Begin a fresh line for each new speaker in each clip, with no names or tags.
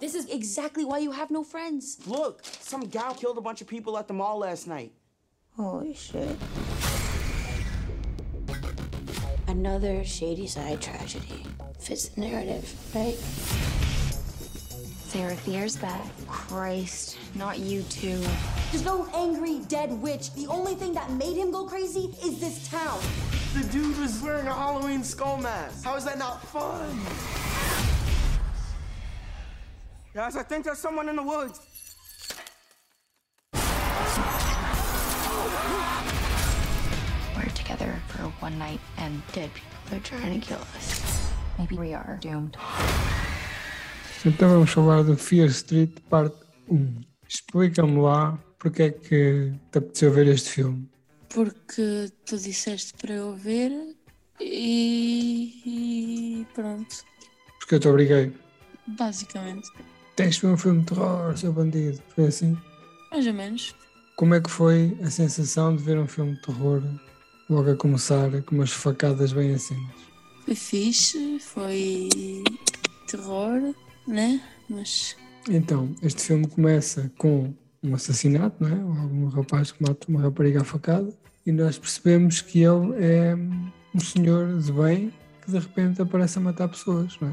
This is exactly why you have no friends.
Look, some gal killed a bunch of people at the mall last night.
Holy shit.
Another shady side tragedy. Fits the narrative, right?
Sarah fears back. Christ, not you too.
There's no angry dead witch. The only thing that made him go crazy is this town.
The dude was wearing a Halloween skull mask. How is that not fun? Guys, I think there's someone in the woods.
We're together for one night, and dead people are trying to kill us. Maybe we are doomed.
Então vamos falar do Fear Street Parte 1. Explica-me lá porque é que te apeteceu ver este filme.
Porque tu disseste para eu ver e, e pronto,
Porque eu te obriguei.
basicamente.
Tens de ver um filme de terror, seu bandido. Foi assim?
Mais ou menos.
Como é que foi a sensação de ver um filme de terror logo a começar com umas facadas bem assim? acima?
Foi fixe, foi terror, né? Mas
Então, este filme começa com um assassinato, não é? Ou algum rapaz que mata uma rapariga à facada, e nós percebemos que ele é um senhor de bem que de repente aparece a matar pessoas, não é?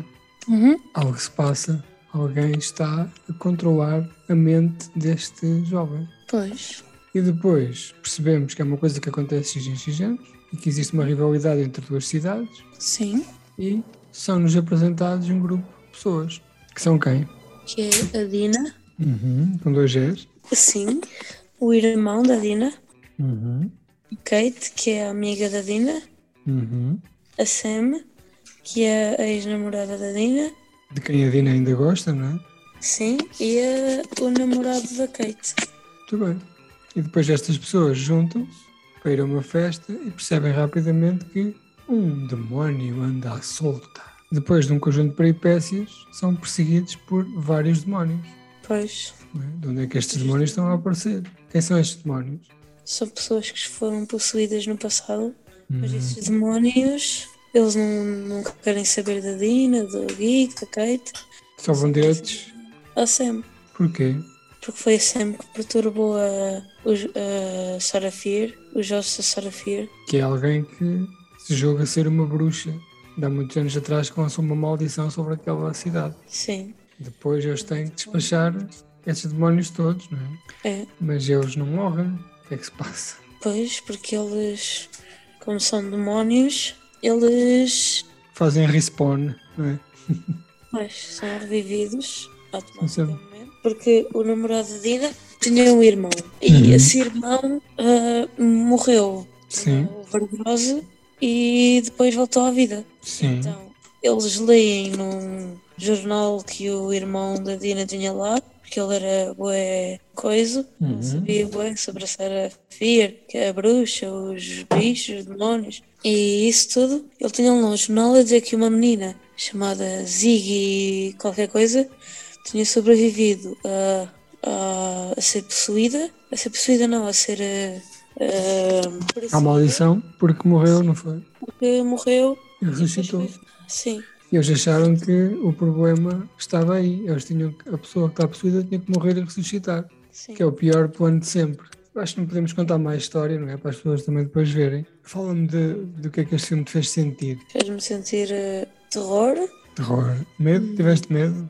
Algo se passa, alguém está a controlar a mente deste jovem.
pois,
E depois percebemos que é uma coisa que acontece x em x anos e que existe uma rivalidade entre duas cidades
sim,
e são-nos apresentados um grupo de pessoas. Que são quem?
que é a Dina,
Com dois Gs.
sim, o irmão da Dina,
Uhum.
a Kate, que é a amiga da Dina,
Uhum.
a Sam, que é a ex-namorada da Dina,
De quem a Dina ainda gosta, não é?
sim, e a, o namorado da Kate.
Muito bem. E depois estas pessoas juntam-se para ir a uma festa e percebem rapidamente que um demónio anda à solta. Depois de um conjunto de peripécias, são perseguidos por vários demónios.
Pois,
não é? De onde é que estes demónios estão a aparecer? Quem são estes demónios?
são pessoas que foram possuídas no passado, mas esses demónios, eles não, nunca querem saber da Dina, do Geek, da Kate,
Só vão diretos.
a Sam.
Porquê?
Porque foi a Sam que perturbou a, os, a Sarah Fear, os ossos da Sarah Fear.
Que é alguém que se julga ser uma bruxa. De há muitos anos atrás que lançou uma maldição sobre aquela cidade.
Sim,
Depois eles têm que despachar estes demónios todos, não é?
é.
Mas eles não morrem. O que é que se passa?
Pois, porque eles, como são demónios, eles
Fazem respawn, não é?
pois, são revividos
Sim.
automaticamente. Porque o namorado da Dina tinha um irmão e esse irmão ah, morreu
Sim,
de overdose e depois voltou à vida.
sim.
Então, eles leem num jornal que o irmão da Dina tinha lá, porque ele era bué coisa,
Uhum.
sabia bué sobre a Sarah Fear, que é a bruxa, os bichos, os demónios, e isso tudo. Ele tinha lá um jornal a dizer que uma menina chamada Ziggy qualquer coisa tinha sobrevivido a, a, a ser possuída, a ser possuída não, a ser... eh, eh,
Há maldição porque morreu, não foi?
porque morreu,
E ressuscitou.
sim.
E eles acharam que o problema estava aí. Eles tinham que- a pessoa que está possuída tinha que morrer e ressuscitar,
Sim.
que é o pior plano de sempre. Eu Acho que não podemos contar mais história, não é? Para as pessoas também depois verem. Fala-me de, do que é que este filme te fez sentir.
Fez-me sentir eh, terror.
Terror.
Hum.
Medo? Tiveste medo?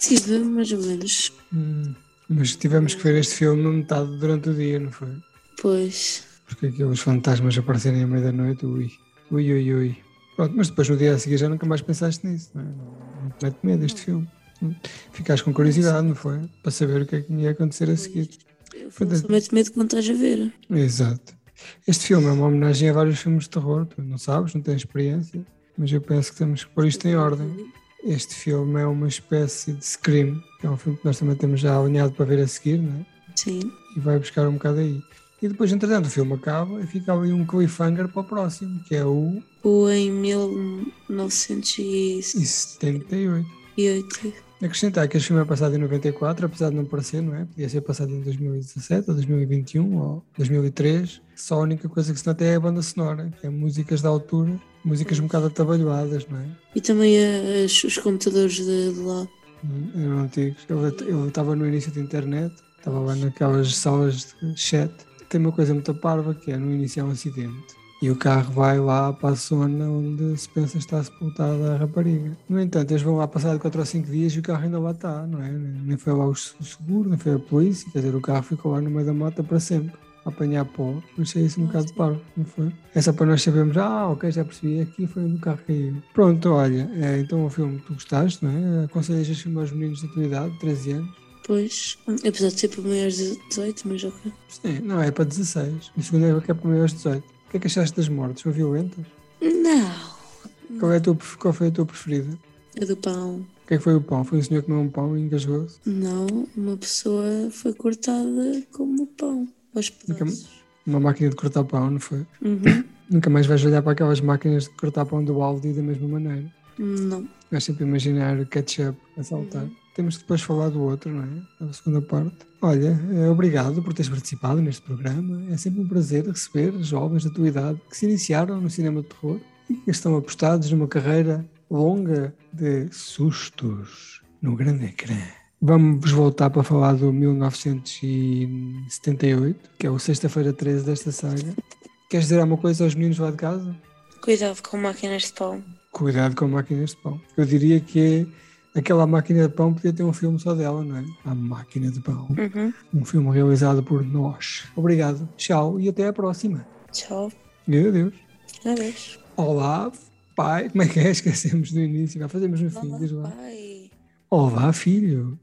Tive, mais ou menos.
Hum. Mas tivemos que ver este filme a metade durante o dia, não foi?
Pois.
Porque aqueles fantasmas aparecerem à meia-noite, ui, ui, ui, ui. Pronto, mas depois no dia a seguir já nunca mais pensaste nisso, não é? Não te mete medo este filme. Hum. Ficaste com curiosidade, não foi? Para saber o que é que ia acontecer a seguir.
Eu
Foi de-
somente medo quando estás a ver.
Exato. Este filme é uma homenagem a vários filmes de terror, tu não sabes, não tens experiência, mas eu penso que temos que pôr isto em ordem. Este filme é uma espécie de Scream, que é um filme que nós também temos já alinhado para ver a seguir, não é?
Sim.
e vai buscar um bocado aí. E depois, entretanto, o filme acaba e fica ali um cliffhanger para o próximo, que é o
Ou em 1978.
78. Acrescentar que este filme é passado em 94, apesar de não parecer, não é? Podia ser passado em 2017, ou 2021, ou 2003. Só a única coisa que se nota é a banda sonora, que é músicas da altura, músicas um bocado atabalhoadas, não é?
E também as- os computadores de, de lá.
eram antigos. Eu, eu estava no início da internet, estava lá naquelas salas de chat. Tem uma coisa muito parva que é no início há um acidente. E o carro vai lá para a zona onde se pensa estar sepultada a rapariga. No entanto, eles vão lá passar de 4 ou 5 dias e o carro ainda lá está, não é? Nem foi lá o seguro, nem foi a polícia, quer dizer, o carro ficou lá no meio da mata para sempre, a apanhar pó. Achei isso um bocado parvo, não foi? É só para nós sabermos, ah, ok, já percebi, aqui foi onde o carro caiu. Pronto, olha, é, então o filme que tu gostaste, não é? Aconselhas este filme aos meninos da tua idade, 13 anos?
Pois, apesar de ser para maiores de 18, mas ok.
Sim, não, é para 16. O segundo é que é para maiores de 18. O que é que achaste das mortes? Foi violenta?
Não,
Qual, é a tua, qual foi a tua preferida?
é do pão.
O que é que foi o pão? Foi um senhor que comeu um pão e engasgou-se?
Não, uma pessoa foi cortada como um pão. Aos pedaços.
Uma máquina de cortar pão, não foi?
Uhum.
Nunca mais vais olhar para aquelas máquinas de cortar pão do Aldi da mesma maneira.
Não.
Vais É sempre imaginar o ketchup a saltar. Temos que depois falar do outro, não é? A segunda parte. Olha, eh, obrigado por teres participado neste programa. É sempre um prazer receber jovens da tua idade que se iniciaram no cinema de terror e que estão apostados numa carreira longa de sustos no grande ecrã. Vamos voltar para falar do 1978, que é o sexta-feira 13 desta saga. Queres dizer alguma coisa aos meninos lá de casa?
Cuidado com máquinas de pão.
Cuidado com máquinas de pão. Eu diria que é, aquela máquina de pão podia ter um filme só dela, não é? A máquina de pão.
Uhum.
Um filme realizado por nós. Obrigado, tchau e até à próxima.
Tchau.
Meu Deus.
Adeus.
Olá, pai. Como é que é? Esquecemos do início. Vai fazermos no fim. Diz lá.
Bye.
Olá, filho.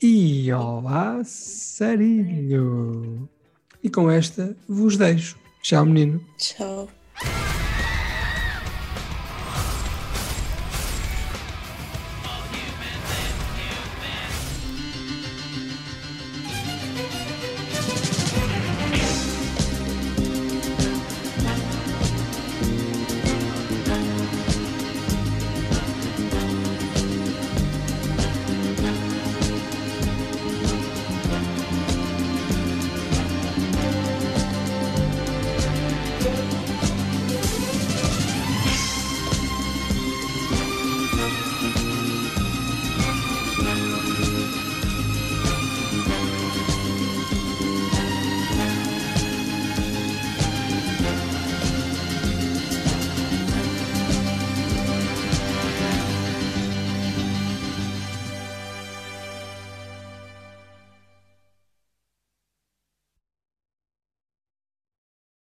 E olá, sarilho. E com esta vos deixo. Tchau, menino.
Tchau.